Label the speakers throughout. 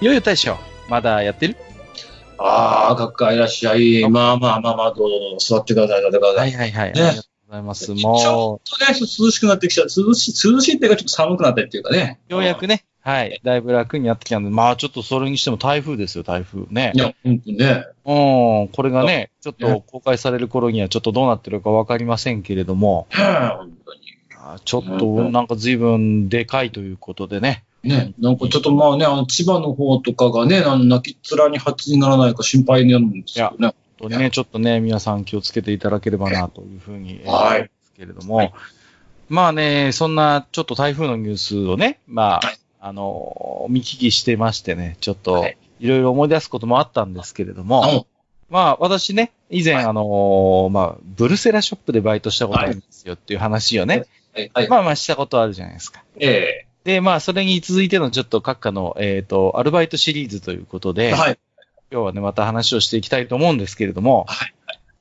Speaker 1: いよいよ大将、まだやってる
Speaker 2: ああ、学会いらっしゃい。まあまあまあまあ、どうぞどうぞ、座ってください、座ってください。
Speaker 1: はいはい。あ
Speaker 2: ね
Speaker 1: りがとうございます。
Speaker 2: ちょ
Speaker 1: も
Speaker 2: っとね、涼しくなってきちゃう。涼しい、涼しいっていうか、ちょっと寒くなったりっていうかね。
Speaker 1: う、ようやく
Speaker 2: ね。
Speaker 1: ね、はい、だいぶ楽になってきたんで、まあちょっとそれにしても台風ですよ、台風ね
Speaker 2: い。や、本当にね。
Speaker 1: うん、これがね、ちょっと
Speaker 2: ね
Speaker 1: 公開される頃にはちょっとどうなってるかわかりませんけれども、
Speaker 2: はあ本当に。
Speaker 1: あちょっ
Speaker 2: う
Speaker 1: と
Speaker 2: ん
Speaker 1: なんか随分でかいということでね。
Speaker 2: ね、なんかちょっとまあね、あの、千葉の方とかがね、あの泣きっ面に蜂にならないか心配になるんですよね。
Speaker 1: 本当にね、ちょっとね、皆さん気をつけていただければなというふうに、えー
Speaker 2: はい
Speaker 1: 思うんですけれども、
Speaker 2: はい
Speaker 1: まあね、そんなちょっと台風のニュースをね、まあ、
Speaker 2: はい
Speaker 1: あのー、見聞きしてましてね、ちょっと
Speaker 2: はい、
Speaker 1: いろいろ思い出すこともあったんですけれども、
Speaker 2: あ
Speaker 1: まあ私ね、以前、
Speaker 2: はい
Speaker 1: あのー、まあ、ブルセラショップでバイトしたことあるんですよっていう話をね、
Speaker 2: はい、はい。
Speaker 1: まあまあしたことあるじゃないですか。
Speaker 2: え
Speaker 1: で、まあ、それに続いてのちょっと各家の、えっ、と、アルバイトシリーズということ
Speaker 2: え
Speaker 1: で、
Speaker 2: はい。
Speaker 1: 今日はね、また話をしていきたいと思うんですけれども、
Speaker 2: はい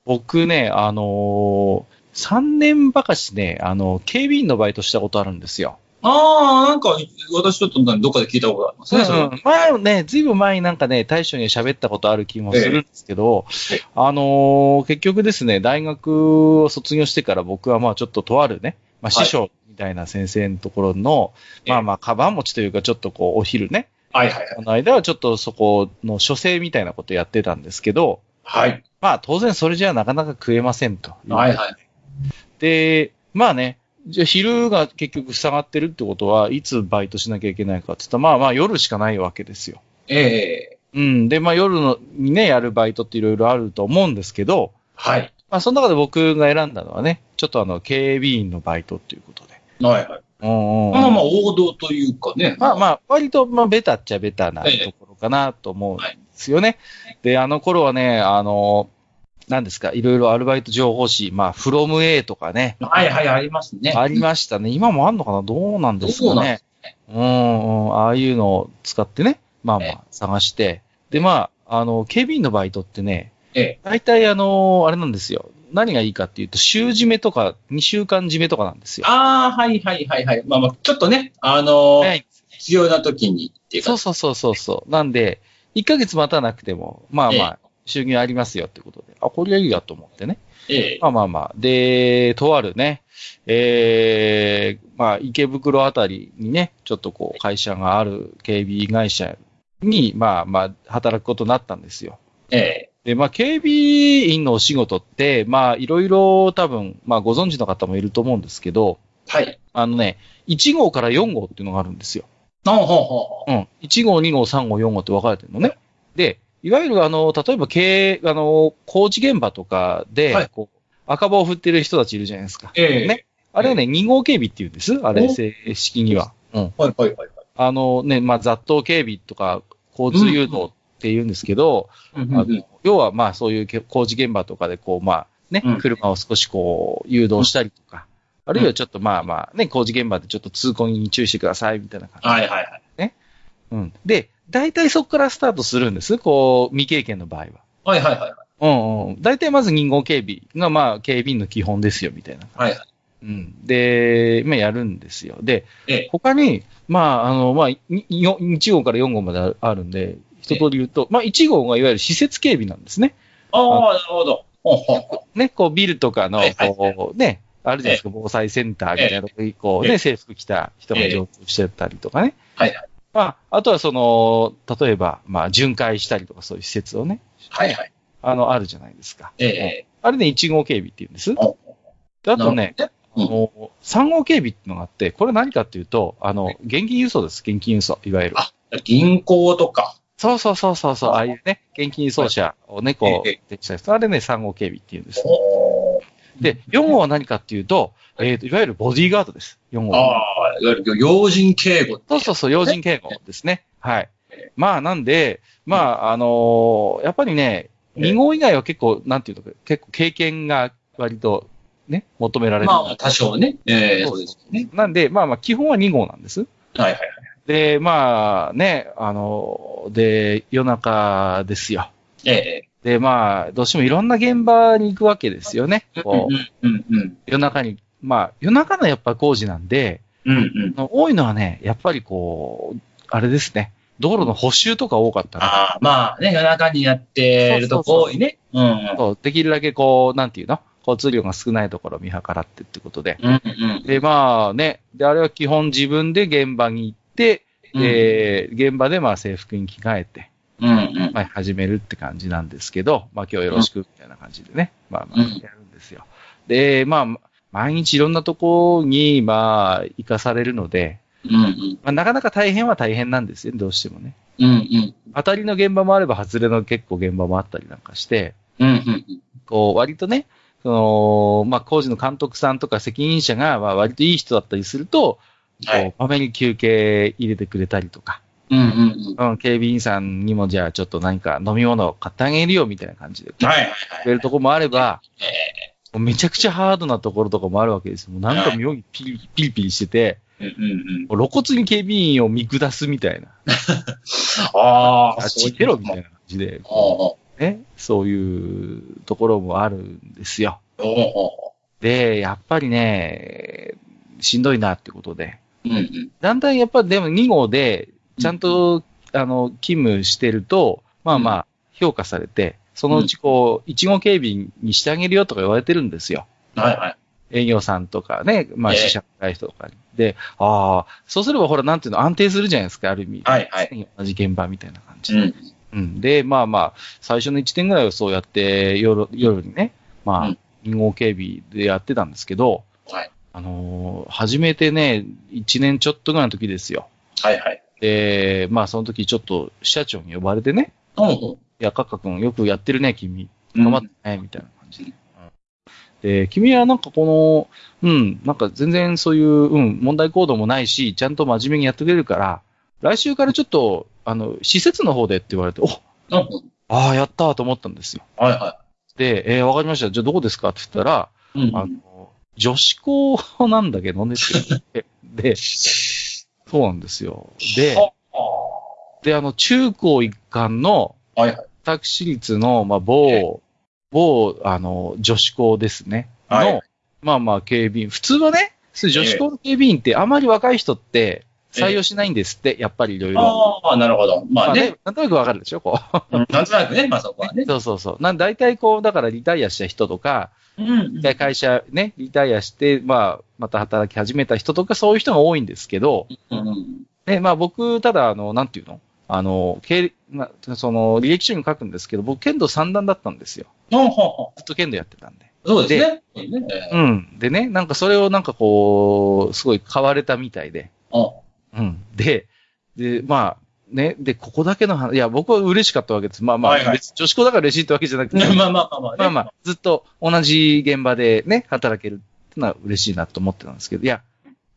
Speaker 1: 僕ね、あのー、3年ばかしね、あの、警備員のバイトしたことあるんですよ。
Speaker 2: ああ、なんか、私ちょっとどっかで聞いたことありますね、それ
Speaker 1: うんうん前ね、ずいぶん前になんかね、大将に喋ったことある気もするんですけど、
Speaker 2: ええ
Speaker 1: あのー結局ですね、大学を卒業してから僕はまあちょっととあるね、まあ
Speaker 2: はい
Speaker 1: 師匠みたいな先生のところの、
Speaker 2: ええ
Speaker 1: まあまあ、カバン持ちというか、ちょっとこう、お昼ね、
Speaker 2: はいはいはい。
Speaker 1: この間はちょっとそこの書生みたいなことやってたんですけど、
Speaker 2: はい。
Speaker 1: まあ当然それじゃなかなか食えませんと。
Speaker 2: はいはい。
Speaker 1: で、まあね、じゃあ昼が結局下がってるってことはいつバイトしなきゃいけないかって言ったら、まあまあ夜しかないわけですよ。
Speaker 2: ええ
Speaker 1: うん。で、まあ夜のにね、やるバイトっていろいろあると思うんですけど、
Speaker 2: はい。
Speaker 1: まあその中で僕が選んだのはね、ちょっとあの警備員のバイトっていうことで。
Speaker 2: はいはい。
Speaker 1: うんうんうん
Speaker 2: まあまあ、王道というかね。
Speaker 1: まあまあ、割と、まあ、ベタっちゃベタなところかなと思うんですよね。で、あの頃はね、あの、何ですか、いろいろアルバイト情報誌、まあ、フロム A とかね、
Speaker 2: はいはい、ありますね。
Speaker 1: ありましたね。今もあんのかなどうなんですか
Speaker 2: どうなんで
Speaker 1: ね。うん、うん、ああいうのを使ってね、まあま
Speaker 2: ええ
Speaker 1: あ、探して。で、まあ、あの、警備員のバイトってね、
Speaker 2: ええ。
Speaker 1: 大体あの、あれなんですよ。何がいいかっていうと、週締めとか、2週間締めとかなんですよ。
Speaker 2: ああ、はいはいはいはい。まあまあ、ちょっとね、あのー
Speaker 1: 早い
Speaker 2: 必要な時にっていうか。
Speaker 1: そうそうそうそうそう。なんで、1ヶ月待たなくても、まあまあ、収入ありますよってことで、あ、これはいいやと思ってね。
Speaker 2: ええ。
Speaker 1: まあまあまあ。で、とあるね、えー、まあ、池袋あたりにね、ちょっとこう、会社がある警備会社に、まあまあ、働くことになったんですよ。
Speaker 2: ええ。
Speaker 1: で、まあ、警備員のお仕事って、まあ、いろいろ多分、まあ、ご存知の方もいると思うんですけど、
Speaker 2: はい。
Speaker 1: あのね、1号から4号っていうのがあるんですよ。
Speaker 2: ほうほうほうほ
Speaker 1: うん。1号、2号、3号、4号って分かれてるのね。で、いわゆるあの、例えば経営、あの、工事現場とかで、
Speaker 2: はい
Speaker 1: こう、赤棒を振ってる人たちいるじゃないですか。
Speaker 2: う。ええ。
Speaker 1: ねあれはね、2号警備って言うんです。あれ、
Speaker 2: お
Speaker 1: 正式には。うん。
Speaker 2: はいはいはいはい。
Speaker 1: あのね、まあ、雑踏警備とか、交通誘導って言うんですけど、
Speaker 2: うん
Speaker 1: あの要はまあ、そういうけ工事現場とかで、こう、まあ、ね
Speaker 2: うん、
Speaker 1: 車を少しこう、誘導したりとか、あるいはちょっとまあまあ、ね、工事現場でちょっと通行に注意してください、みたいな感じで
Speaker 2: はいはいはい。
Speaker 1: うん。で、大体そこからスタートするんです。こう、未経験の場合は。
Speaker 2: はいはいはい。
Speaker 1: うんうん。大体まず銀行警備が、まあ、警備員の基本ですよ、みたいな。
Speaker 2: はいはい。
Speaker 1: うん。で、まあ、やるんですよ。で、
Speaker 2: ええ。
Speaker 1: 他に、まあ、あの、まあ、いよ1号から4号まであるあるんで、一通り言うと、まあ、1号がいわゆる施設警備なんですね。
Speaker 2: ああ、なるほど。ほうほうほ
Speaker 1: ね、こう、ビルとかの
Speaker 2: はいは、い
Speaker 1: こう、ね、あるじゃないですか、防災センターみたいなとこに、こう、
Speaker 2: え
Speaker 1: ね、
Speaker 2: え
Speaker 1: 制服着た人が常駐してたりとかね。
Speaker 2: はいは
Speaker 1: まあ、あとはその、例えば、まあ、巡回したりとかそういう施設をね、
Speaker 2: う。はいはい。
Speaker 1: あの、あるじゃないですか。
Speaker 2: ええ。
Speaker 1: あれね、1号警備って言うんです。
Speaker 2: ほう
Speaker 1: であとね、
Speaker 2: なる
Speaker 1: あ
Speaker 2: ほどね
Speaker 1: の、3号警備ってのがあって、これ何かっていうと、あの、現金輸送です。現金輸送、いわゆる。
Speaker 2: あうん銀行とか。
Speaker 1: そうそうそうそうそう、
Speaker 2: あ
Speaker 1: ああいうね、現金輸送車をね、こう
Speaker 2: ええ、
Speaker 1: できた人、あれね、3号警備って言うんです。
Speaker 2: おー
Speaker 1: で、4号は何かっていうと、えっ、と、いわゆるボディーガードです。4号
Speaker 2: あ
Speaker 1: は。
Speaker 2: あ、いわゆる要人警護。
Speaker 1: そうそうそう、要人警護ですね。はい。まあ、なんで、まあ、あのーやっぱりね、2号以外は結構、なんていうのか、結構経験が割と、ね、求められる。
Speaker 2: まあ、多少ね。ええ
Speaker 1: そ
Speaker 2: そうう
Speaker 1: で
Speaker 2: ですすね。
Speaker 1: なんで、まあまあ、基本は2号なんです。
Speaker 2: はいはい。
Speaker 1: で、まあね、あの、で、夜中ですよ。
Speaker 2: ええ。
Speaker 1: で、まあ、どうしてもいろんな現場に行くわけですよね。こう
Speaker 2: うんうん。
Speaker 1: 夜中に、まあ、夜中のやっぱ工事なんで、
Speaker 2: うんうん。
Speaker 1: あの多いのはね、やっぱりこう、あれですね、道路の補修とか多かったら、
Speaker 2: ああ、まあね、夜中にやってるとこ多いね。うんうん。
Speaker 1: そうできるだけこう、なんていうの交通量が少ないところを見計らってってことで。
Speaker 2: うんうん。
Speaker 1: で、まあね、で、あれは基本自分で現場に行って、で、現場でまあ制服に着替えて、
Speaker 2: うんうん。
Speaker 1: まあ、始めるって感じなんですけど、まあ、今日よろしく、みたいな感じでね、まあ、まあ、
Speaker 2: うん
Speaker 1: やるんですよ。で、まあ、毎日いろんなとこに、まあ、行かされるので、
Speaker 2: うんうん。
Speaker 1: まあ、なかなか大変は大変なんですよ、どうしてもね。
Speaker 2: うんうん。
Speaker 1: 当たりの現場もあれば、外れの結構現場もあったりなんかして、
Speaker 2: うんうん。
Speaker 1: こう、割とね、その、まあ、工事の監督さんとか責任者が、まあ、割といい人だったりすると、こ、
Speaker 2: はいう
Speaker 1: 場面に休憩入れてくれたりとか、
Speaker 2: うんうん
Speaker 1: うん、警備員さんにもじゃあちょっと何か飲み物を買ってあげるよみたいな感じで
Speaker 2: うん。はいはい
Speaker 1: くれるとこもあれば、
Speaker 2: ええ。
Speaker 1: もうめちゃくちゃハードなところとかもあるわけですよ。もうなんか妙にピリピリピリしてて、
Speaker 2: うんうんうん。
Speaker 1: もう露骨に警備員を見下すみたいな、
Speaker 2: あ
Speaker 1: あ
Speaker 2: あ、
Speaker 1: っち行ってろみたい
Speaker 2: な。
Speaker 1: な感じで、こ
Speaker 2: お
Speaker 1: うね、そういうところもあるんですよ。
Speaker 2: うお
Speaker 1: で、やっぱりね、しんどいなってことで。
Speaker 2: ううんうん。
Speaker 1: だんだんやっぱでも2号で、ちゃんと、あの、勤務してると、まあまあ、評価されて、そのうちこう、1号警備にしてあげるよとか言われてるんですよ。
Speaker 2: はいはい。
Speaker 1: 営業さんとかね、まあ、
Speaker 2: ええ
Speaker 1: 支社のい人とかに。で、ああ、そうすればほら、なんていうの、安定するじゃないですか、ある意味。
Speaker 2: はいはい。
Speaker 1: 同じ現場みたいな感じ
Speaker 2: う
Speaker 1: で。
Speaker 2: ん。
Speaker 1: うん。で、まあまあ、最初の1年ぐらいはそうやって、夜、夜にね、ま
Speaker 2: う
Speaker 1: あ
Speaker 2: ん、
Speaker 1: 2号警備でやってたんですけど、
Speaker 2: はい。
Speaker 1: あのー初めてね、1年ちょっとぐらいの時ですよ。
Speaker 2: はいはい。
Speaker 1: で、まあその時ちょっと支社長に呼ばれてね、
Speaker 2: おう
Speaker 1: いや、カッカ君よくやってるね、君。
Speaker 2: うん
Speaker 1: 頑張ってね、みたいな感じで。で、君はなんかこの、うん、なんか全然そういう、うん、問題行動もないし、ちゃんと真面目にやってくれるから、来週からちょっと、あの、施設の方でって言われて、お
Speaker 2: おう
Speaker 1: ああ、やったーと思ったんですよ。
Speaker 2: はいは
Speaker 1: で、えーわかりました。じゃあどこですかって言ったら、
Speaker 2: い。うん
Speaker 1: あの、女子校なんだけどねって言 って。で、そうなんですよ。で、
Speaker 2: は
Speaker 1: で、あの、中高一貫の、
Speaker 2: いはい。
Speaker 1: 私立の、まあ、某、某、あの、女子校ですね。
Speaker 2: はい
Speaker 1: の、まあまあ、警備員。普通はね、そういう女子校の警備員って、あまり若い人って採用しないんですって、やっぱりいろいろ。
Speaker 2: ああ、なるほど。ま
Speaker 1: ま
Speaker 2: あ
Speaker 1: あ
Speaker 2: ね
Speaker 1: ね。、なんとなくわかるでしょ、こ
Speaker 2: うんなんとなくね、まあ そこは
Speaker 1: う。
Speaker 2: ね。
Speaker 1: そうそうそう。なん、大体こう、だからリタイアした人とか、
Speaker 2: うん
Speaker 1: 一回会社ね、リタイアして、まあ、また働き始めた人とか、そういう人が多いんですけど、
Speaker 2: うんうん。
Speaker 1: ね、まあ僕、ただ、あの、なんていうのあの、経なその、履歴書にも書くんですけど、僕、剣道三段だったんですよ。
Speaker 2: ほうほうほ
Speaker 1: ずっと剣道やってたんで。
Speaker 2: うそうですね。そうですねえ
Speaker 1: う
Speaker 2: え
Speaker 1: ん。でね、なんかそれをなんかこう、すごい買われたみたいで。
Speaker 2: お
Speaker 1: うん。で、で、まあ、ね、で、ここだけの話、いや、僕は嬉しかったわけです。まあまあ、
Speaker 2: はいはい
Speaker 1: 別に女子校だから嬉しいってわけじゃなくて、
Speaker 2: う まあまあまあまあね。
Speaker 1: まあまあ、ずっと同じ現場でね、働けるってのは嬉しいなと思ってたんですけど、いや、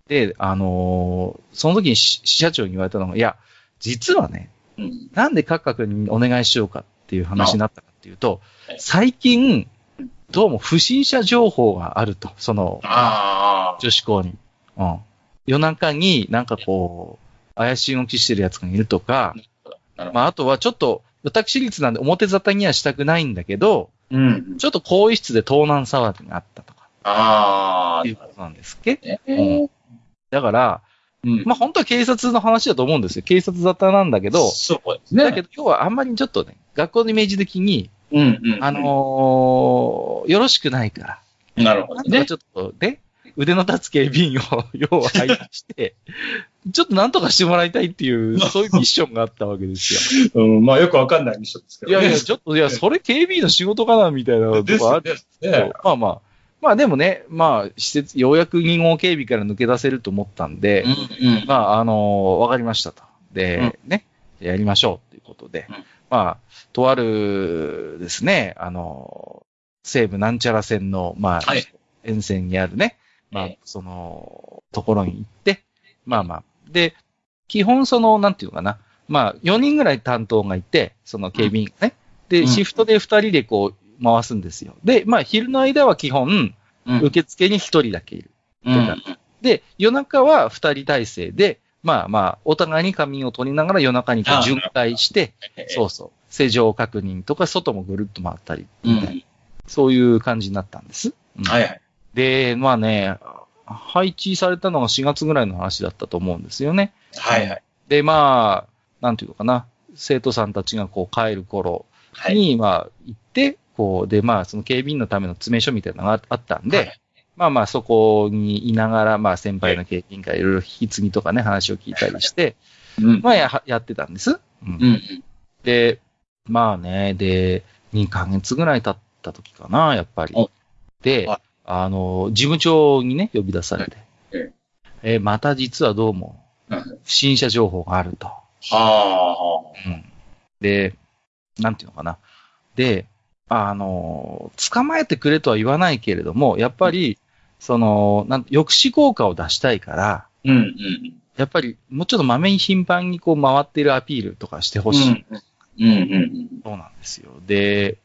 Speaker 1: で、あのーその時にし支社長に言われたのが、いや、実はね、
Speaker 2: うん。
Speaker 1: なんでカッカ君にお願いしようかっていう話になったかっていうと
Speaker 2: あ、
Speaker 1: 最近、どうも不審者情報があると、その、
Speaker 2: ああ。
Speaker 1: 女子校に。うん。夜中になんかこう、怪しい動きしてるやつがいるとか、
Speaker 2: なるほど
Speaker 1: まああとはちょっと、私立なんで表沙汰にはしたくないんだけど、
Speaker 2: うん。
Speaker 1: ちょっと更衣室で盗難騒ぎがあったとか、
Speaker 2: あ
Speaker 1: っていうことなんですっけ
Speaker 2: あ。ね
Speaker 1: うんだから、
Speaker 2: うん
Speaker 1: まあ本当は警察の話だと思うんですよ。警察沙汰なんだけど、
Speaker 2: そうですね。
Speaker 1: だけど今日はあんまりちょっとね、学校のイメージ的に、
Speaker 2: うんうん。
Speaker 1: あ、のーよろしくないから、
Speaker 2: なるほ
Speaker 1: な
Speaker 2: ど
Speaker 1: んとか
Speaker 2: ね。
Speaker 1: ちょっとね、腕の立つ警備員を 要は配置して、ちょっとなんとかしてもらいたいっていう、そういうミッションがあったわけですよ。
Speaker 2: うん、まあよくわかんないミッションですけ
Speaker 1: いやいや、ちょっと、いや、それ警備員の仕事かなみたいなとこある
Speaker 2: です
Speaker 1: け
Speaker 2: ね
Speaker 1: ど。、まあまあ、まあでもね、まあ、施設、ようやく2号警備から抜け出せると思ったんで
Speaker 2: う、んうん。
Speaker 1: まあ、あのーわかりましたと。で、ね、やりましょうということで、
Speaker 2: うん
Speaker 1: まあ、とあるですね、あの西武なんちゃら線の、まあ、
Speaker 2: はい
Speaker 1: 沿線にあるね、まあ
Speaker 2: ええ、
Speaker 1: その、ところに行って、まあまあ、で、基本その、なんていうのかな、まあ、4人ぐらい担当がいて、その警備員がね、
Speaker 2: う
Speaker 1: で、
Speaker 2: ん
Speaker 1: シフトで2人でこう、回すんですよ。で、まあ、昼の間は基本、
Speaker 2: うん
Speaker 1: 受付に1人だけいる。
Speaker 2: うん
Speaker 1: で、夜中は2人体制で、まあまあ、お互いに仮眠を取りながら夜中にこう
Speaker 2: ああ
Speaker 1: 巡回して、
Speaker 2: ええ
Speaker 1: そうそう、正常確認とか、外もぐるっと回ったり、
Speaker 2: うん。
Speaker 1: そういう感じになったんです。うん
Speaker 2: はいはい。
Speaker 1: で、まあね、配置されたのが4月ぐらいの話だったと思うんですよね。
Speaker 2: はいはい。
Speaker 1: で、まあ、なんていうのかな、生徒さんたちがこう帰る頃
Speaker 2: はい。
Speaker 1: に、まあ行って、こう、で、まあその警備員のための詰め所みたいなのがあったんで、
Speaker 2: はい
Speaker 1: まあまあそこにいながら、まあ先輩の警備員からいろいろ引き継ぎとかね、話を聞いたりして、
Speaker 2: うん。
Speaker 1: まあややってたんです。うん
Speaker 2: うんうん。
Speaker 1: で、まあね、で、2ヶ月ぐらい経った時かな、やっぱり
Speaker 2: お。
Speaker 1: で
Speaker 2: はい、
Speaker 1: あの、事務長にね、呼び出されて
Speaker 2: ええ。
Speaker 1: えー、また実はどうも
Speaker 2: うん、
Speaker 1: 不審者情報があると。
Speaker 2: は
Speaker 1: うんで、なんていうのかな。で、あの、捕まえてくれとは言わないけれども、やっぱり、その、なん抑止効果を出したいから、
Speaker 2: あ。うんうん。
Speaker 1: やっぱり、もうちょっとまめに頻繁にこう回ってるアピールとかしてほしい。
Speaker 2: うんうんうん。
Speaker 1: そうなんですよ。で、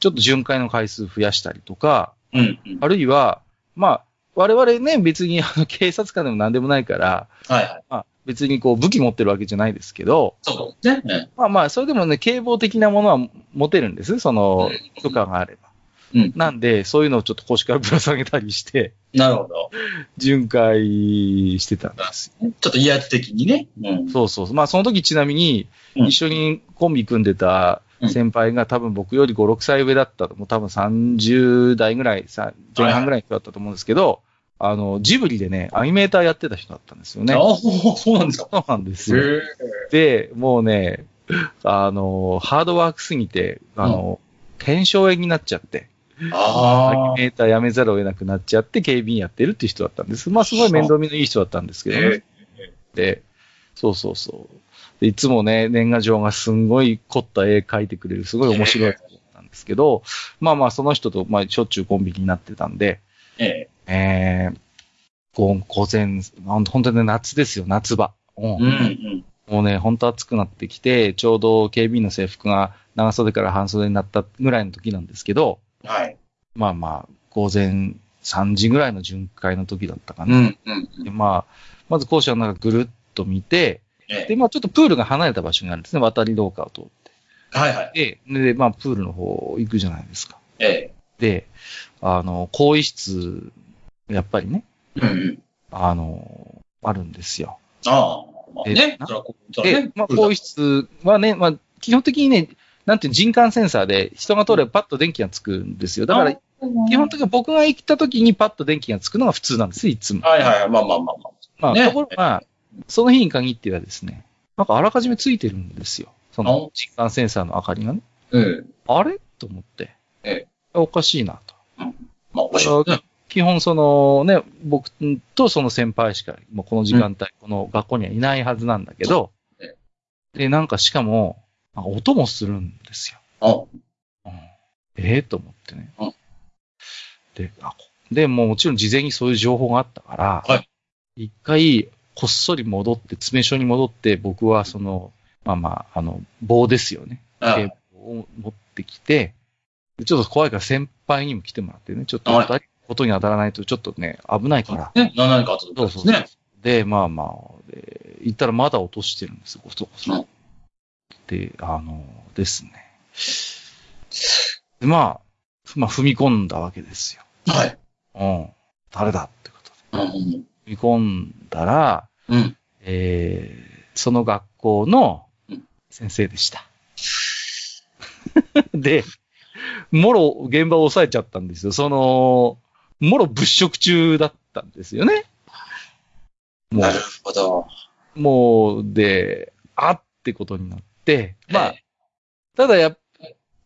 Speaker 1: ちょっと巡回の回数増やしたりとか、
Speaker 2: うんうん。
Speaker 1: あるいは、まあ、我々ね、別にあの 警察官でも何でもないから、
Speaker 2: はいはい。
Speaker 1: まあ、別にこう武器持ってるわけじゃないですけど、
Speaker 2: そうですね。
Speaker 1: まあまあ、それでもね、警棒的なものは持てるんです。その
Speaker 2: うん、
Speaker 1: 許可があれば。
Speaker 2: うん
Speaker 1: なんで、そういうのをちょっと腰からぶら下げたりして、
Speaker 2: なるほど。
Speaker 1: 巡回してたんですよ。
Speaker 2: ちょっと威圧的にね。うん。
Speaker 1: そうそうそう。まあ、その時ちなみに、
Speaker 2: うん
Speaker 1: 一緒にコンビ組んでた先輩が多分僕より5、6歳上だったと、もう多分30代ぐらい、さ前半ぐらいの人だったと思うんですけど、あの、ジブリでね、アニメーターやってた人だったんですよね。
Speaker 2: ああ、そうなんですか。
Speaker 1: そうなんです
Speaker 2: へ
Speaker 1: よ。で、
Speaker 2: え。
Speaker 1: もうね、あの、ハードワークすぎて、あの、検証炎になっちゃって、アニ
Speaker 2: ああ。
Speaker 1: メーターやめざるを得なくなっちゃって、警備員やってるっていう人だったんです。まあ、すごい面倒見のいい人だったんですけどね。
Speaker 2: え
Speaker 1: で、そうそうそう。でいつもね、年賀状がすんごい凝った絵描いてくれる、すごい面白い人だったんですけど、まあまあその人と、まあしょっちゅうコンビになってたんで、
Speaker 2: え。
Speaker 1: えー、こう午前、ほん本当にね、夏ですよ、夏場。うん
Speaker 2: うんうん。
Speaker 1: もうね、本当暑くなってきて、ちょうど警備員の制服が長袖から半袖になったぐらいの時なんですけど、
Speaker 2: はい。
Speaker 1: まあまあ、午前3時ぐらいの巡回の時だったか
Speaker 2: う
Speaker 1: な。
Speaker 2: んうんう
Speaker 1: で
Speaker 2: ん。
Speaker 1: まあ、まず校舎の中ぐるっと見て、
Speaker 2: ええ。
Speaker 1: で、まあちょっとプールが離れた場所にあるんですね。渡り廊下を通っ
Speaker 2: はいはい。
Speaker 1: て。で、まあプールの方行くじゃないですか。
Speaker 2: ええ。
Speaker 1: で、あの、更衣室、やっぱりね、
Speaker 2: うんうん。
Speaker 1: あの、あるんですよ。
Speaker 2: ああ。まあね
Speaker 1: え。な
Speaker 2: そらこそら
Speaker 1: で
Speaker 2: ね、
Speaker 1: まあ更衣室はね、まあ基本的にね、なんていうの人感センサーで人が通ればパッと電気がつくんですよ。だから、基本的に僕が行った時にパッと電気がつくのが普通なんですよ、いつも。
Speaker 2: はいはい。まあまあまあまあ。
Speaker 1: まあ、
Speaker 2: ね
Speaker 1: ところが、その日に限ってはですね、なんかあらかじめついてるんですよ。その
Speaker 2: あ
Speaker 1: 人感センサーの明かりがね。
Speaker 2: うん。
Speaker 1: あれと思って。
Speaker 2: え
Speaker 1: おかしいなと。
Speaker 2: まあ、おしょ。
Speaker 1: 基本そのね、僕とその先輩しか、もうこの時間帯、この学校にはいないはずなんだけど
Speaker 2: え、
Speaker 1: で、なんかしかも、なんか音もするんですよ。
Speaker 2: あ
Speaker 1: うんええと思ってね
Speaker 2: うん。
Speaker 1: で、あこで、もうもちろん事前にそういう情報があったから、
Speaker 2: はい
Speaker 1: 一回、こっそり戻って、詰め所に戻って、僕はその、まあまあ、あの、棒ですよね。
Speaker 2: あ
Speaker 1: 警棒を持ってきて、でちょっと怖いから先輩にも来てもらってね、ちょっと
Speaker 2: はい
Speaker 1: 当たりことに当たらないとちょっとね、危ないから。
Speaker 2: ね。何かあっ
Speaker 1: そ
Speaker 2: たとこ
Speaker 1: う
Speaker 2: で
Speaker 1: そう
Speaker 2: すね。
Speaker 1: で、まあまあ、で行ったらまだ落としてるんですよ、こそこ
Speaker 2: う
Speaker 1: そ
Speaker 2: ん。
Speaker 1: で、あの、ですね。で、まあ、ふまあ、踏み込んだわけですよ。
Speaker 2: はい。
Speaker 1: うん。誰だってことで。
Speaker 2: うん。
Speaker 1: 踏み込んだら、
Speaker 2: うん。
Speaker 1: えー、その学校の
Speaker 2: うん
Speaker 1: 先生でした。 で、もろ現場を抑えちゃったんですよ。その、もろ物色中だったんですよね。も
Speaker 2: なるほど。
Speaker 1: う、もう、で、あってことになって、まあ
Speaker 2: え、
Speaker 1: ただやっ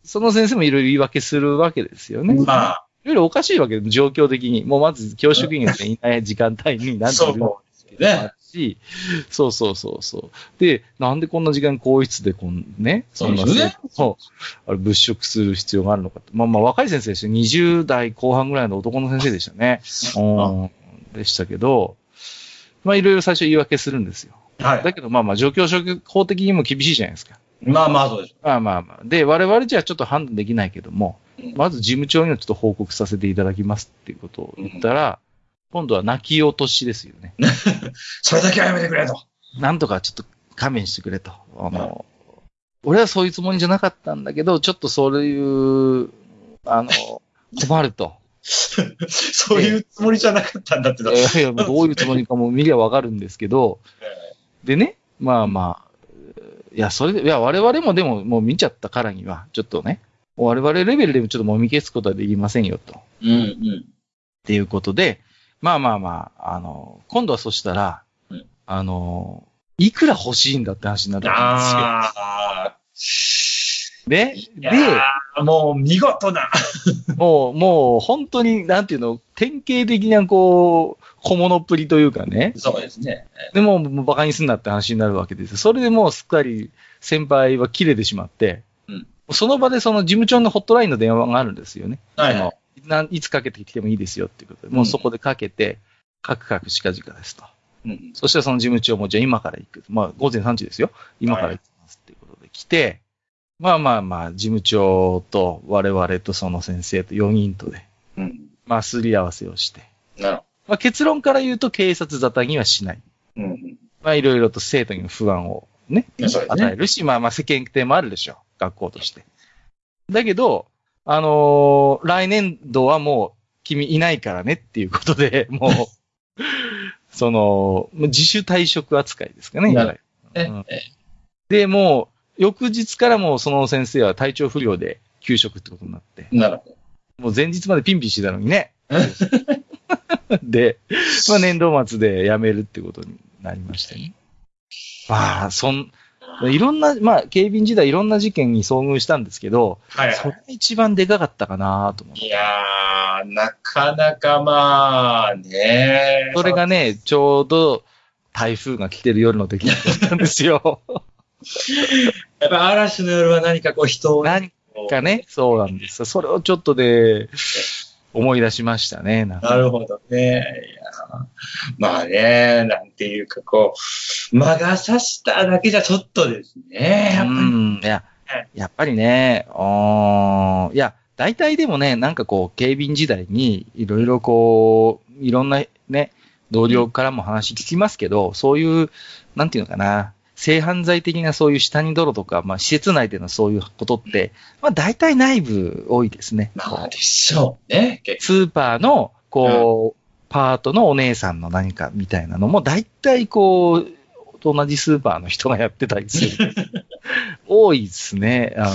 Speaker 1: その先生もいろいろ言い訳するわけですよ
Speaker 2: え、
Speaker 1: ね。
Speaker 2: まあ、
Speaker 1: いろいろおかしいわけで、状況的に。もうまず教職員がいない時間帯に、なんて
Speaker 2: そ
Speaker 1: 言う
Speaker 2: う。ね。
Speaker 1: し、そうそうそうそう。で、なんでこんな時間に更衣室でこんね、そんな
Speaker 2: そうですよね
Speaker 1: そう、あれ物色する必要があるのかって。まあまあ若い先生でしたよ。20代後半ぐらいの男の先生でした ね。うん。でしたけど、まあいろいろ最初言い訳するんですよ。
Speaker 2: は
Speaker 1: だけどまあまあ状況法的にも厳しいじゃないですか。
Speaker 2: い。まあまあ、そうです。
Speaker 1: まあまあまあ。で、我々じゃちょっと判断できないけども
Speaker 2: うん、
Speaker 1: まず事務長にはちょっと報告させていただきますっていうことを言ったら、今度は泣き落としですよね。
Speaker 2: それだけはやめてくれと。
Speaker 1: なんとかちょっと勘弁してくれと。あの、俺はそういうつもりじゃなかったんだけど、ちょっとそういう、あ の、困ると。
Speaker 2: そういうつもりじゃなかったんだってだ。
Speaker 1: いやいやどういうつもりかも見りゃわかるんですけど、でね、まあまあ、いや、それで、いや、我々もでも、もう見ちゃったからには、ちょっとね、我々レベルでもちょっともみ消すことはできませんよ、と。っ
Speaker 2: うんうん。
Speaker 1: ていうことで、まあまあまあ、あの、今度はそしたら
Speaker 2: うん、
Speaker 1: あの、いくら欲しいんだって話になったん
Speaker 2: ああ。
Speaker 1: ですよ。
Speaker 2: いや
Speaker 1: ね。で、
Speaker 2: ーもう見事な。
Speaker 1: もう、もう、本当に、なんていうの、典型的な、こう、小物っぷりというかね。
Speaker 2: そうですね。
Speaker 1: でも、もうバカにすんなって話になるわけですよ。それでもうすっかり先輩は切れてしまって、
Speaker 2: うん
Speaker 1: その場でその事務長のホットラインの電話があるんですよね。
Speaker 2: はい
Speaker 1: あ
Speaker 2: はい
Speaker 1: の。なんいつかけてきてもいいですよっていうことで、もうそこでかけて、カクカクしかじかですと。
Speaker 2: うん
Speaker 1: そしてその事務長も、じゃあ今から行く。まあ、午前3時ですよ。今から行きますっていうことで来て、まあまあまあ、事務長と我々とその先生と4人とで、
Speaker 2: うん。
Speaker 1: まあ、すり合わせをして。
Speaker 2: なるほ
Speaker 1: まあ、結論から言うと、警察沙汰にはしない。
Speaker 2: ど。うん
Speaker 1: まあ、いろいろと生徒にも不安をね、
Speaker 2: うん。そうです
Speaker 1: 与え
Speaker 2: ね。
Speaker 1: るし、まあまあ、世間体もあるでしょう。学校として。だけど、あのー来年度はもう、君いないからねっていうことで、 もう、その、もう自主退職扱いですかね。
Speaker 2: なる
Speaker 1: いわゆるうんで、もう、翌日からもうその先生は体調不良で休職ってことになって。
Speaker 2: なるほど。
Speaker 1: もう前日までピンピンしてたのにね。で、まあ年度末で辞めるってことになりましてね。まあ、そん、いろんな、まあ、警備員時代いろんな事件に遭遇したんですけど、
Speaker 2: はい
Speaker 1: そ
Speaker 2: は
Speaker 1: れが一番でかかったかなと思っ
Speaker 2: い。い
Speaker 1: て。
Speaker 2: やー、なかなかまあ、ね
Speaker 1: それがね、ちょうど台風が来てる夜の出来事なんですよ。
Speaker 2: やっぱ嵐の夜は何かこう人をね
Speaker 1: 何かね、そうなんですよ。それをちょっとで、思い出しましたね。なんか
Speaker 2: なるほどね。いやまあね、なんていうかこう、魔が差しただけじゃちょっとですね。やっぱり
Speaker 1: うん、いや、やっぱりね、うーんいや、大体でもね、なんかこう、警備員時代に、いろいろこう、いろんなね、同僚からも話聞きますけど、そういう、なんていうのかな、性犯罪的なそういう下に泥とか、まあ、施設内でのそういうことって、まあ、大体内部多いですね。
Speaker 2: ま
Speaker 1: こ
Speaker 2: あ
Speaker 1: う
Speaker 2: でしょうね。結
Speaker 1: スーパーの、こう、パートのお姉さんの何かみたいなのも、大体こう、同じスーパーの人がやってたりする。多いですね。あ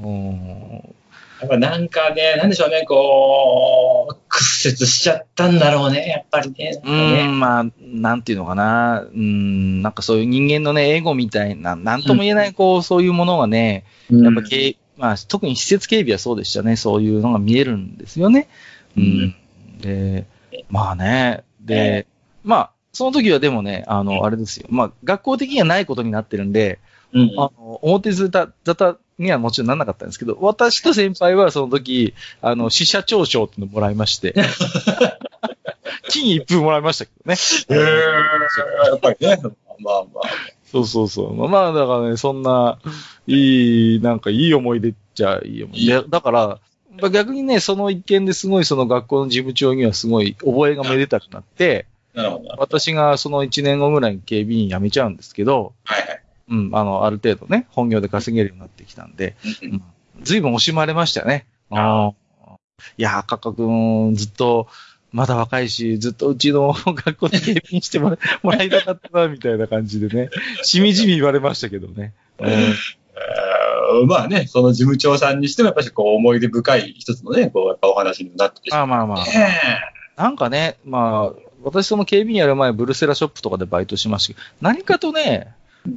Speaker 1: の、うん
Speaker 2: 構やっぱなんかね、なんでしょうね、こう、屈折しちゃったんだろうね、やっぱりね。
Speaker 1: うーん、まあ、なんていうのかな。うーん、なんかそういう人間のね、エゴみたいな、なんとも言えない、こう、そういうものがね、や
Speaker 2: や
Speaker 1: っぱけ、まあ、特に施設警備はそうでしたね。そういうのが見えるんですよね。うん。で、まあね、で、まあ、その時はでもね、あの、あれですよ。まあ、学校的にはないことになってるんで、
Speaker 2: うん、
Speaker 1: あの、表沙汰沙汰にはもちろんなんなかったんですけど、私と先輩はその時、あの、死者長賞っていうのもらいまして、金一封もらいましたけどね。
Speaker 2: へーやっぱりね、まあまあ。
Speaker 1: そうそうそう。まあまあ、だからね、そんな、いい、なんかいい思い出っちゃいい思い出。いやだから、まあ逆にね、その一件ですごいその学校の事務長にはすごい覚えがめでたくなって、
Speaker 2: なるほど。
Speaker 1: 私がその1年後ぐらいに警備員辞めちゃうんですけど、
Speaker 2: はいはい。
Speaker 1: うん、あの、ある程度ね、本業で稼げるようになってきたんで、
Speaker 2: うん
Speaker 1: うん随分惜しまれましたよね。ああ。いやー、カッカ君、ずっと、まだ若いし、ずっとうちの学校で警備員してもら もらいたかったな、みたいな感じでね、しみじみ言われましたけどね。うん
Speaker 2: えーまあね、その事務長さんにしても、やっぱりこう思い出深い一つのね、こう、やっぱお話になっててし
Speaker 1: まあまあまあ
Speaker 2: まう。ね。
Speaker 1: なんかね、まあ、私その警備員やる前、ブルセラショップとかでバイトしましたけど、何かとね、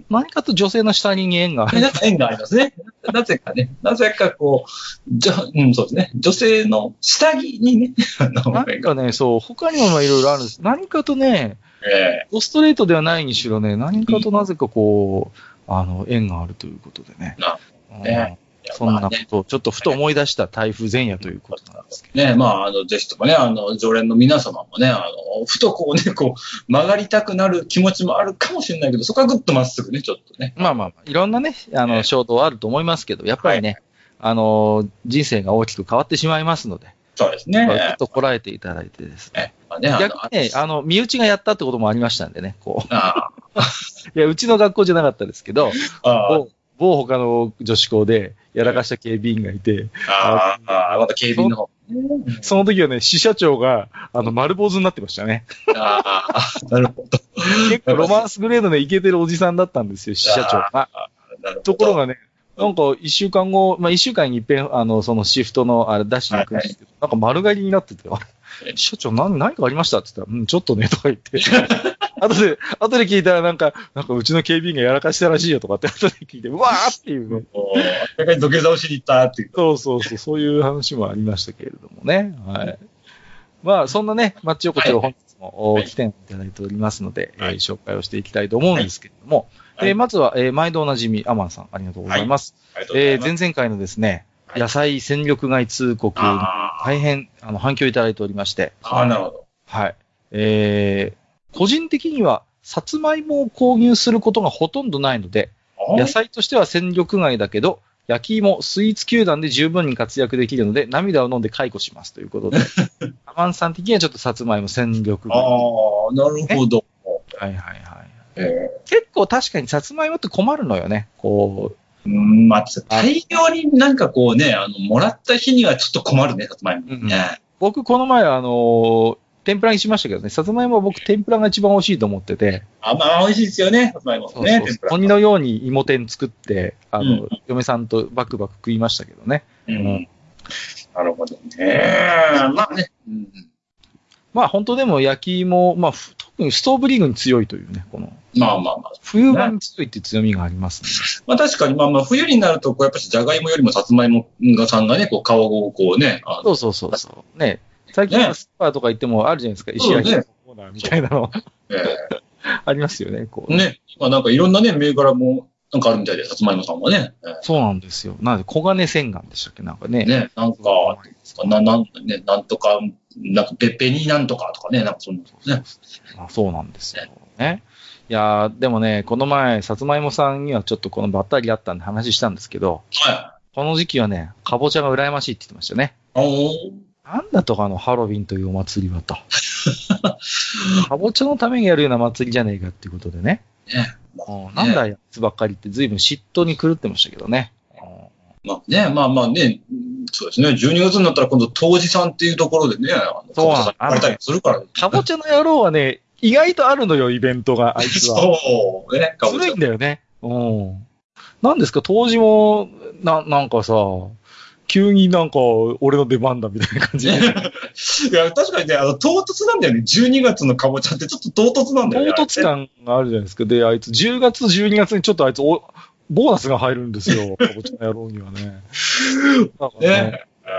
Speaker 1: 何かと女性の下に縁がある。
Speaker 2: なんか縁がありますね。なぜかね、なぜかこう、じょうん、そうですね、女性の下着にね、あの
Speaker 1: なんかね、そう、他にもまあいろいろあるんです。何かとね、
Speaker 2: え
Speaker 1: ストレートではないにしろね、何かとなぜかこう、あの、縁があるということでね。
Speaker 2: な
Speaker 1: うん
Speaker 2: ねえ
Speaker 1: そんな
Speaker 2: まあ
Speaker 1: こ
Speaker 2: ね
Speaker 1: とをちょっとふと思い出した台風前夜ということなんですけ
Speaker 2: ね、まあ、あの、ぜひともね、あの、常連の皆様もね、あの、ふとこうね、こう、曲がりたくなる気持ちもあるかもしれないけど、そこはぐっとまっすぐね、ちょっとね。
Speaker 1: ど。まあまあまあ、いろんなね、あ
Speaker 2: え
Speaker 1: の、
Speaker 2: え
Speaker 1: 衝動はあると思いますけど、やっぱりね、あの、人生が大きく変わってしまいますので、
Speaker 2: そうです
Speaker 1: まあちょ
Speaker 2: ね
Speaker 1: っ。とこらえていただいてですね。
Speaker 2: えまあね、あ
Speaker 1: 逆
Speaker 2: の、
Speaker 1: にね、あの、身内がやったってこともありましたんでね、こ
Speaker 2: あ
Speaker 1: う。いや、うちの学校じゃなかったですけど、
Speaker 2: あ、ああ
Speaker 1: 某某他の女子校でやらかした警備員がいて、
Speaker 2: ああ、ああ、また警備員の方。うん
Speaker 1: その時はね、支社長が、あの、丸坊主になってましたね。
Speaker 2: ああ、 なるほど。
Speaker 1: 結構ロマンスグレードのイケてるおじさんだったんですよ、支社長が。
Speaker 2: なるほど。
Speaker 1: ところがね、なんか一週間後、まあ一週間に一遍、あの、そのシフトの、あれ、ダッシュに行くんですけど、なんか丸刈りになってて、あれ支社長何、何かありましたって言ったら、うん、ちょっとね、とか言って。後で、後で聞いたらなんか、なんかうちの警備員がやらかしたらしいよとかって後で聞いて、うわーっていうね。
Speaker 2: こう、明らかに土下座をしに行ったっていう。
Speaker 1: そうそうそう、そういう話もありましたけれどもね。はい。まあ、そんなね、マッチ横丁、
Speaker 2: は
Speaker 1: 本日もお
Speaker 2: はい
Speaker 1: 来ていただいておりますので、
Speaker 2: はい
Speaker 1: えー紹介をしていきたいと思うんですけれども、
Speaker 2: はい
Speaker 1: えーまずは、えー毎度おなじみ、アマンさん、ありがとうございます。
Speaker 2: ありがとうござ
Speaker 1: え
Speaker 2: い
Speaker 1: ー
Speaker 2: ます
Speaker 1: 前々回のですね、
Speaker 2: はい
Speaker 1: 野菜戦力外通告、
Speaker 2: あ
Speaker 1: 大変あの反響いただいておりまして、
Speaker 2: あああ、なるほど。
Speaker 1: はい。えー個人的には、さつまいもを購入することがほとんどないので、
Speaker 2: ああ
Speaker 1: 野菜としては戦力外だけど、焼き芋、スイーツ球団で十分に活躍できるので、涙を飲んで解雇しますという ことで、アマンさん的にはちょっとさつまいも戦力
Speaker 2: あ
Speaker 1: 外。
Speaker 2: あ、なるほど。
Speaker 1: はいはいはい。
Speaker 2: ええ
Speaker 1: 結構確かにさつまいもって困るのよね。こ
Speaker 2: うん、まあ、大量になんかこうね、あの、もらった日にはちょっと困るね、さつまいも。
Speaker 1: うんうん
Speaker 2: ね。
Speaker 1: う、僕この前あのー天ぷらにしましたけどね、さつまいもは僕天ぷらが一番美味しいと思ってて、
Speaker 2: あ、まあ、美味しいですよね、さつまいも。ね、天ぷら。
Speaker 1: 鬼のように芋天作って、あの、
Speaker 2: うん
Speaker 1: 嫁さんとバクバク食いましたけどね。
Speaker 2: うん。なるほどね。まあね。うん。
Speaker 1: まあ本当でも焼き芋、まあふ特にストーブリーグに強いというね、この。
Speaker 2: まあまあまあ。
Speaker 1: 冬場に強いっていう強みがありますね。
Speaker 2: まあ確かに、まあまあ、冬になると、こう、やっぱし、じゃがいもよりもさつまいもがさんがね、こう、顔をこうね、あの
Speaker 1: そうそうそうそう。ね最近はスーパーとか行ってもあるじゃないですか、石
Speaker 2: そう
Speaker 1: 焼
Speaker 2: ね
Speaker 1: きのコーナーみたいなの
Speaker 2: え
Speaker 1: ありますよね、こう。
Speaker 2: えね。今なんかいろんなね、銘柄も、なんかあるみたいで、さつまいもさんはね。ええ
Speaker 1: そうなんですよ。なんで、黄金洗顔でしたっけなんかね。
Speaker 2: ね、なんか、な、なん、ね、なんとか、なんか、べっぺになんとかとかね、なんかそんな、ね。
Speaker 1: あそうなんですよ。ね。いやーでもね、この前、さつまいもさんにはちょっとこのばったりあったんで話したんですけど、
Speaker 2: はい。
Speaker 1: この時期はね、かぼちゃが羨ましいって言ってましたね。
Speaker 2: あお
Speaker 1: なんだとかあのハロウィンというお祭り はと。かぼちゃのためにやるような祭りじゃねえかっていうことでね。
Speaker 2: ね
Speaker 1: うんなんだよ、やつばっかりって随分嫉妬に狂ってましたけどね。うん
Speaker 2: まあね、まあまあね、うんそうですね、12月になったら今度、当時さんっていうところでね、あの、
Speaker 1: そう
Speaker 2: 当時さん言われたりするから、
Speaker 1: かぼちゃの野郎はね、意外とあるのよ、イベント が、あいつは。
Speaker 2: そう、ね、かぼ
Speaker 1: ず
Speaker 2: ち
Speaker 1: る
Speaker 2: ゃ
Speaker 1: いん。だよね。うん。なんですか、当時も、な、なんかさ、急になんか、俺の出番だみたいな感じで。
Speaker 2: いや、確かにね、あの、唐突なんだよね。12月のかぼちゃってちょっと唐突なんだ
Speaker 1: 唐
Speaker 2: よね。
Speaker 1: 突
Speaker 2: あ
Speaker 1: 感があるじゃないですか。で、あいつ、10月、12月にちょっとあいつお、ボーナスが入るんです よ、かぼちゃの野郎にはね。なんか
Speaker 2: れね。ね。あ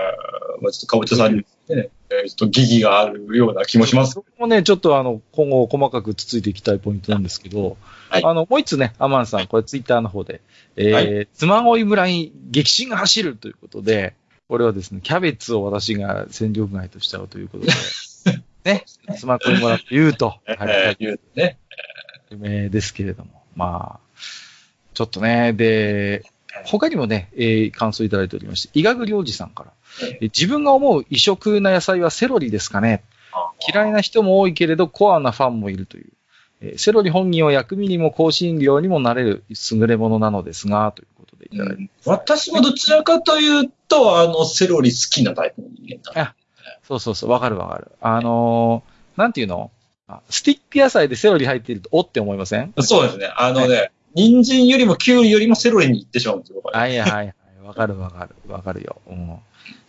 Speaker 2: ーまあちょっとかぼちゃさんに、ね、えーちょっと疑義があるような気もします。
Speaker 1: そこもね、ちょっとあの、今後細かくつついていきたいポイントなんですけど、
Speaker 2: はい
Speaker 1: あの、もう一つね、アマンさん、これツイッターの方で、えー
Speaker 2: はい
Speaker 1: 妻恋村に激震が走るということで、これはですね、キャベツを私が戦力外としちゃうという ことで、ね、妻恋村というと、
Speaker 2: え
Speaker 1: はい
Speaker 2: ー、言うね。
Speaker 1: 夢ですけれども、まあ、ちょっとね、で、他にもね、えー感想いただいておりまして、伊賀栗おじさんから、
Speaker 2: え
Speaker 1: え自分が思う異色な野菜はセロリですかね
Speaker 2: あ
Speaker 1: 嫌いな人も多いけれど、コアなファンもいるという。えーセロリ本人は薬味にも香辛料にもなれる優れものなのですが、ということでいただいて。
Speaker 2: 私もどちらかというと、あの、セロリ好きなタイプの人間だ。
Speaker 1: そうそうそう、わかるわかる。あのーなんていうのあスティック野菜でセロリ入っていると、おって思いません
Speaker 2: そうですね。あのね、人参よりもキュウリよりもセロリに行ってしまうんですよ、僕は
Speaker 1: はいはいはい。わかるわかる。わかるよ。うん。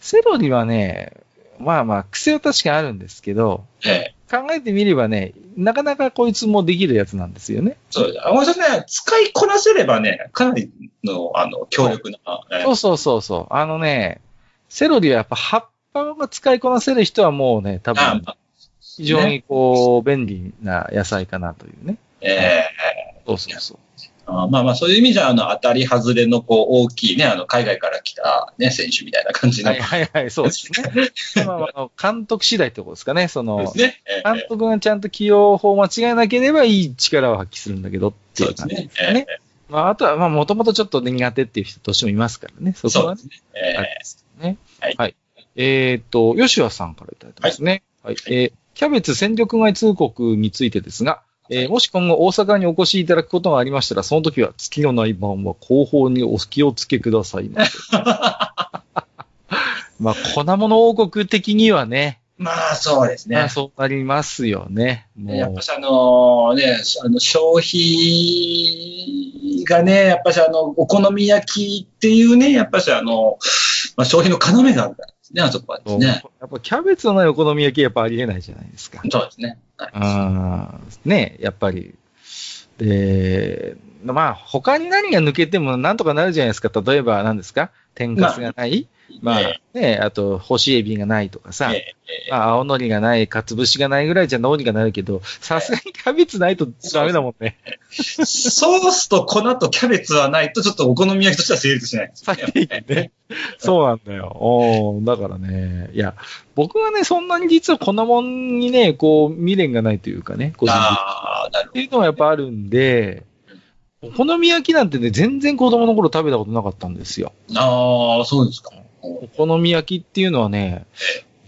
Speaker 1: セロリはね、まあまあ、癖は確かにあるんですけど、
Speaker 2: ええ。
Speaker 1: 考えてみればね、なかなかこいつもできるやつなんですよね。
Speaker 2: そうです。あ、もう一つね、使いこなせればね、かなりの、あの、強力な、ええ
Speaker 1: そうそうそうそう。あのね、セロリはやっぱ葉っぱが使いこなせる人はもうね、多
Speaker 2: あ
Speaker 1: 分、
Speaker 2: まあ
Speaker 1: 非常にこう、便利な野菜かなというね。
Speaker 2: え
Speaker 1: そうそうそう。
Speaker 2: ーあーまあまあ、そういう意味じゃ、あの、当たり外れの、こう、大きいね、あの、海外から来た、ね、選手みたいな感じの。
Speaker 1: はいはいはい、そうですね。まあまああの、監督次第ってことですかね。そ
Speaker 2: そうで
Speaker 1: の
Speaker 2: す、ね。えー
Speaker 1: 監督がちゃんと起用法を間違えなければいい力を発揮するんだけどっていう感じですか
Speaker 2: そうですね
Speaker 1: ね。まあ、あとは、まあ、もともとちょっと苦手っていう人どうしてもいますからね。そこ
Speaker 2: そう
Speaker 1: は
Speaker 2: ですね。え
Speaker 1: あ
Speaker 2: ー
Speaker 1: れですね。
Speaker 2: はい
Speaker 1: えっ、と、吉和さんからいただいてますね。はい。えーキャベツ戦力外通告についてですが、えーもし今後大阪にお越しいただくことがありましたら、その時は月のない晩は後方にお気をつけくださいま せ。まあ、粉物王国的にはね、
Speaker 2: まあ、そうです
Speaker 1: まあ
Speaker 2: ね。
Speaker 1: そうなりますよね。もう
Speaker 2: やっぱしあのね、あの消費がね、やっぱしあの、お好み焼きっていうね、やっぱしあの、まあ、消費の要があるからですね、あそこはですね。
Speaker 1: やっぱキャベツのないお好み焼きやっぱありえないじゃないですか。
Speaker 2: そうですね。はい
Speaker 1: あーねやっぱり。で、まあ、他に何が抜けてもなんとかなるじゃないですか。例えば何ですか天かすがない、まあ、
Speaker 2: え
Speaker 1: ねあと、干しエビがないとか
Speaker 2: え
Speaker 1: さ、
Speaker 2: ええ
Speaker 1: まあ、青のりがない、かつぶしがないぐらいじゃどうにかなるけど、さすがにキャベツないとダメだもんね。
Speaker 2: ソースと粉とキャベツはないと、ちょっとお好み焼きとしては成立しないですよ
Speaker 1: 最
Speaker 2: ね。
Speaker 1: 低限ね。そうなんだよ。おーだからね、いや、僕はね、そんなに実はこんなもんにね、こう、未練がないというかね、個人的に
Speaker 2: ああ、なる
Speaker 1: っ
Speaker 2: ほ
Speaker 1: ていうのはやっぱあるんで、お好み焼きなんてね、全然子供の頃食べたことなかったんですよ。
Speaker 2: ど。ああ、そうですか。
Speaker 1: お好み焼きっていうのはね、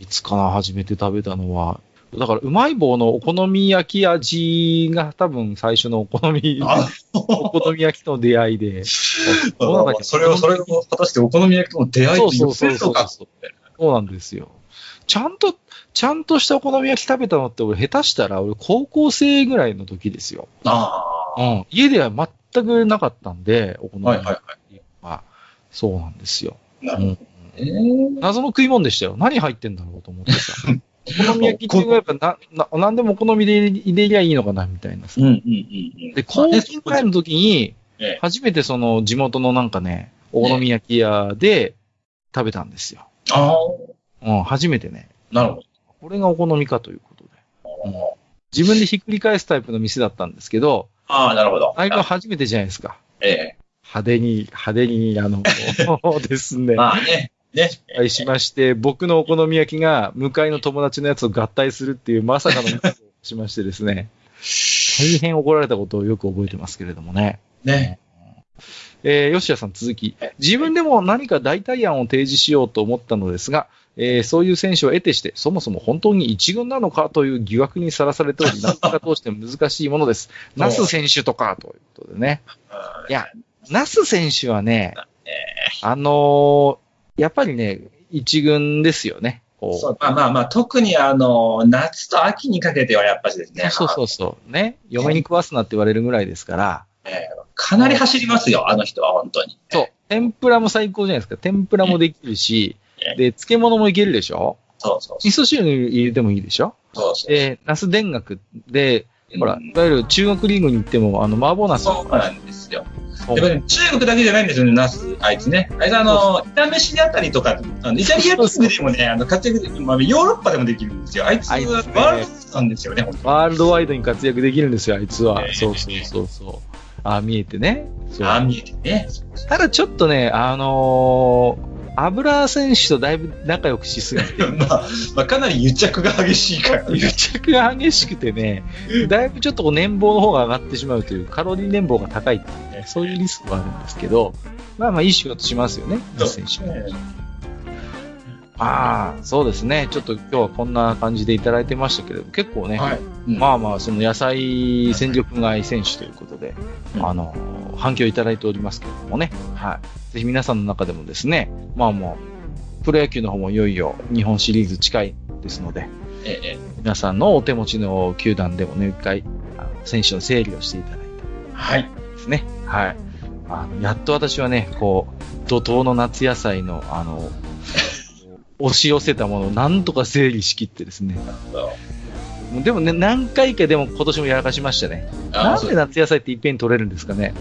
Speaker 1: いつかな、初めて食べたのは。だから、うまい棒のお好み焼き味が多分最初のお好み、
Speaker 2: あ
Speaker 1: お好み焼きとの出会いで。
Speaker 2: ーそれは、それも果たしてお好み焼きとの出会いと言ってるのか。
Speaker 1: そうそうなんですよ。ちゃんと、ちゃんとしたお好み焼き食べたのって俺下手したら俺高校生ぐらいの時ですよ。
Speaker 2: あ
Speaker 1: うん。家では全くなかったんで、お好
Speaker 2: あ、
Speaker 1: み
Speaker 2: はい
Speaker 1: 焼
Speaker 2: は
Speaker 1: き
Speaker 2: いは
Speaker 1: まあ、そうなんですよ。
Speaker 2: い。な
Speaker 1: う
Speaker 2: るほ
Speaker 1: ん、
Speaker 2: どね。
Speaker 1: 謎の食い物でしたよ。何入ってんだろうと思って さ。お好み焼きっていうのはやっぱな、な、なんでもお好みで入れりゃいいのかな、みたいなさ
Speaker 2: うん。うんうんうん。
Speaker 1: で、高金会の時に
Speaker 2: ええ、
Speaker 1: 初めてその地元のなんかね、お好み焼き屋で食べたんですよ。
Speaker 2: ああ、
Speaker 1: うん、初めてね。
Speaker 2: なるほど。
Speaker 1: これがお好みかということで。うん自分でひっくり返すタイプの店だったんですけど、
Speaker 2: ああ、なるほど。
Speaker 1: あれが初めてじゃないですか。
Speaker 2: え
Speaker 1: 派手に、派手に、あ の、ですね
Speaker 2: え。まあね。ね。
Speaker 1: 失敗しまして、僕のお好み焼きが向かいの友達のやつを合体するっていうまさかのミスをしましてですね、大変怒られたことをよく覚えてますけれどもね。
Speaker 2: ね。
Speaker 1: えー、吉谷さん続き、自分でも何か代替案を提示しようと思ったのですが、えーそういう選手を得てして、そもそも本当に一軍なのかという疑惑にさらされており、なかなか通して難しいものです。ナス選手とか、ということでね。
Speaker 2: あ
Speaker 1: いや、ナス選手はね、あのーやっぱりね、一軍ですよね。こう
Speaker 2: そうまあまあまあ、特にあの、夏と秋にかけてはやっぱしですね。
Speaker 1: そうそうそう。ね。嫁に食わすなって言われるぐらいですから。
Speaker 2: かなり走りますよ、あの人は本当に。
Speaker 1: そう。天ぷらも最高じゃないですか。天ぷらもできるし
Speaker 2: ええ、
Speaker 1: で、漬物もいけるでしょ
Speaker 2: そうそうそう。
Speaker 1: 味噌汁に入れてもいいでしょ
Speaker 2: そうそう
Speaker 1: で、ナス田楽で、ほら、
Speaker 2: うん
Speaker 1: いわゆる中国リーグに行っても、あの、麻婆ナス。
Speaker 2: そうなんですよ。
Speaker 1: そ
Speaker 2: やっぱ
Speaker 1: う
Speaker 2: り中国だけじゃないんですよね、ナス、あいつね。あいつあの、炒めしであたりとか、あのイタリアリーグでもね、あの、活躍できる、まあ、ヨーロッパでもできるんですよ。あいつは
Speaker 1: あいつね
Speaker 2: ワールドカップなんですよね、本当に
Speaker 1: ワールドワイドに活躍できるんですよ、あいつは
Speaker 2: え。え
Speaker 1: そうそうそうそう。ああ、見えてね。そう
Speaker 2: ああ、見えてね。
Speaker 1: ただちょっとね、あのー、油選手とだいぶ仲良くしすぎて、
Speaker 2: まあ、まあ、かなり癒着が激しいから、ね。
Speaker 1: 癒着が激しくてね、だいぶちょっとこう年俸の方が上がってしまうという、カロリー年俸が高いっていうね、そういうリスクはあるんですけど、まあまあいい仕事しますよね、
Speaker 2: そう
Speaker 1: 選手は。ああ、そうですね。ちょっと今日はこんな感じでいただいてましたけど、結構ね、
Speaker 2: はい。
Speaker 1: まあまあ、その野菜戦力外選手ということで、
Speaker 2: うん
Speaker 1: あの、反響いただいておりますけれどもね、はい。ぜひ皆さんの中でもですね、まあもう、プロ野球の方もいよいよ日本シリーズ近いですので、
Speaker 2: ええ、
Speaker 1: 皆さんのお手持ちの球団でもね、一回、あの選手の整理をしていただいて
Speaker 2: はい。
Speaker 1: ですね、はい。あの、やっと私はね、こう、怒涛の夏野菜の、あの、押し寄せたものをなんとか整理しきってですね、でもね、何回かでも今年もやらかしましたね。
Speaker 2: あ
Speaker 1: な
Speaker 2: あ
Speaker 1: ん
Speaker 2: そ
Speaker 1: で
Speaker 2: う
Speaker 1: 夏野菜っていっぺんに取れるんですかね、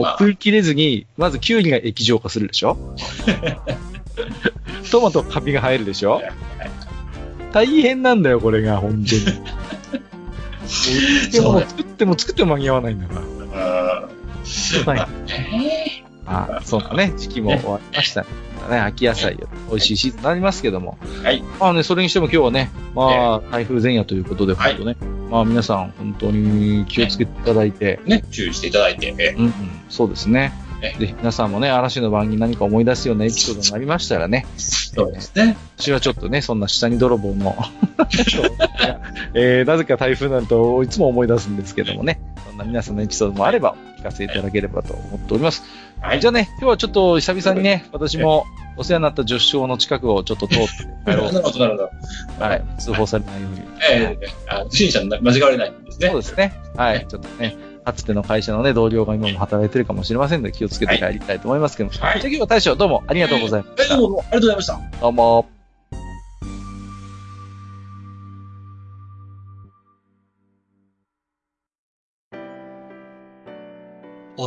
Speaker 2: まあ
Speaker 1: 食い切れずに、まずキュウリが液状化 するでしょトマトカビが生えるでしょ大変なんだよ、これが、本 当に。でも、作っても作っても間に合わないんだから。
Speaker 2: うん。
Speaker 1: はい。あ、そうだね。時期も終わりましたね。ね秋野菜、美味しいシーズンになりますけども。
Speaker 2: はい。
Speaker 1: まあね、それにしても今日はね、まあ、台風前夜ということで、
Speaker 2: はい
Speaker 1: 本当ね、まあ皆さん本当に気をつけていただいて、
Speaker 2: ね、注意していただいて、え
Speaker 1: うんうん、そうですね
Speaker 2: え。
Speaker 1: ぜひ皆さんもね、嵐の番に何か思い出すようなエピソードになりましたら ね、
Speaker 2: そうですね。
Speaker 1: 私はちょっとね、そんな下に泥棒 の、えーなぜか台風なんといつも思い出すんですけどもね、そんな皆さんのエピソードもあればお聞かせいただければと思っております。
Speaker 2: はい。
Speaker 1: じゃあね、今日はちょっと久々にね、私もお世話になった女子校の近くをちょっと通って帰
Speaker 2: なる
Speaker 1: ろ
Speaker 2: ほ
Speaker 1: うと。
Speaker 2: ど、なるほど。
Speaker 1: はい。通報されないように。
Speaker 2: ええあ不審者に間違われないんですね。
Speaker 1: そうですね。はい。ちょっとね、かつての会社のね、同僚が今も働いてるかもしれませんので、気をつけて帰りたいと思いますけども。
Speaker 2: はい
Speaker 1: じゃあ今日は大将どうもありがとうございま
Speaker 2: え
Speaker 1: し
Speaker 2: え
Speaker 1: た。
Speaker 2: どうも、ありがとうございました。
Speaker 1: どうも。
Speaker 3: お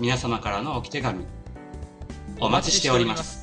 Speaker 3: 皆様からのおき手紙お待ちしております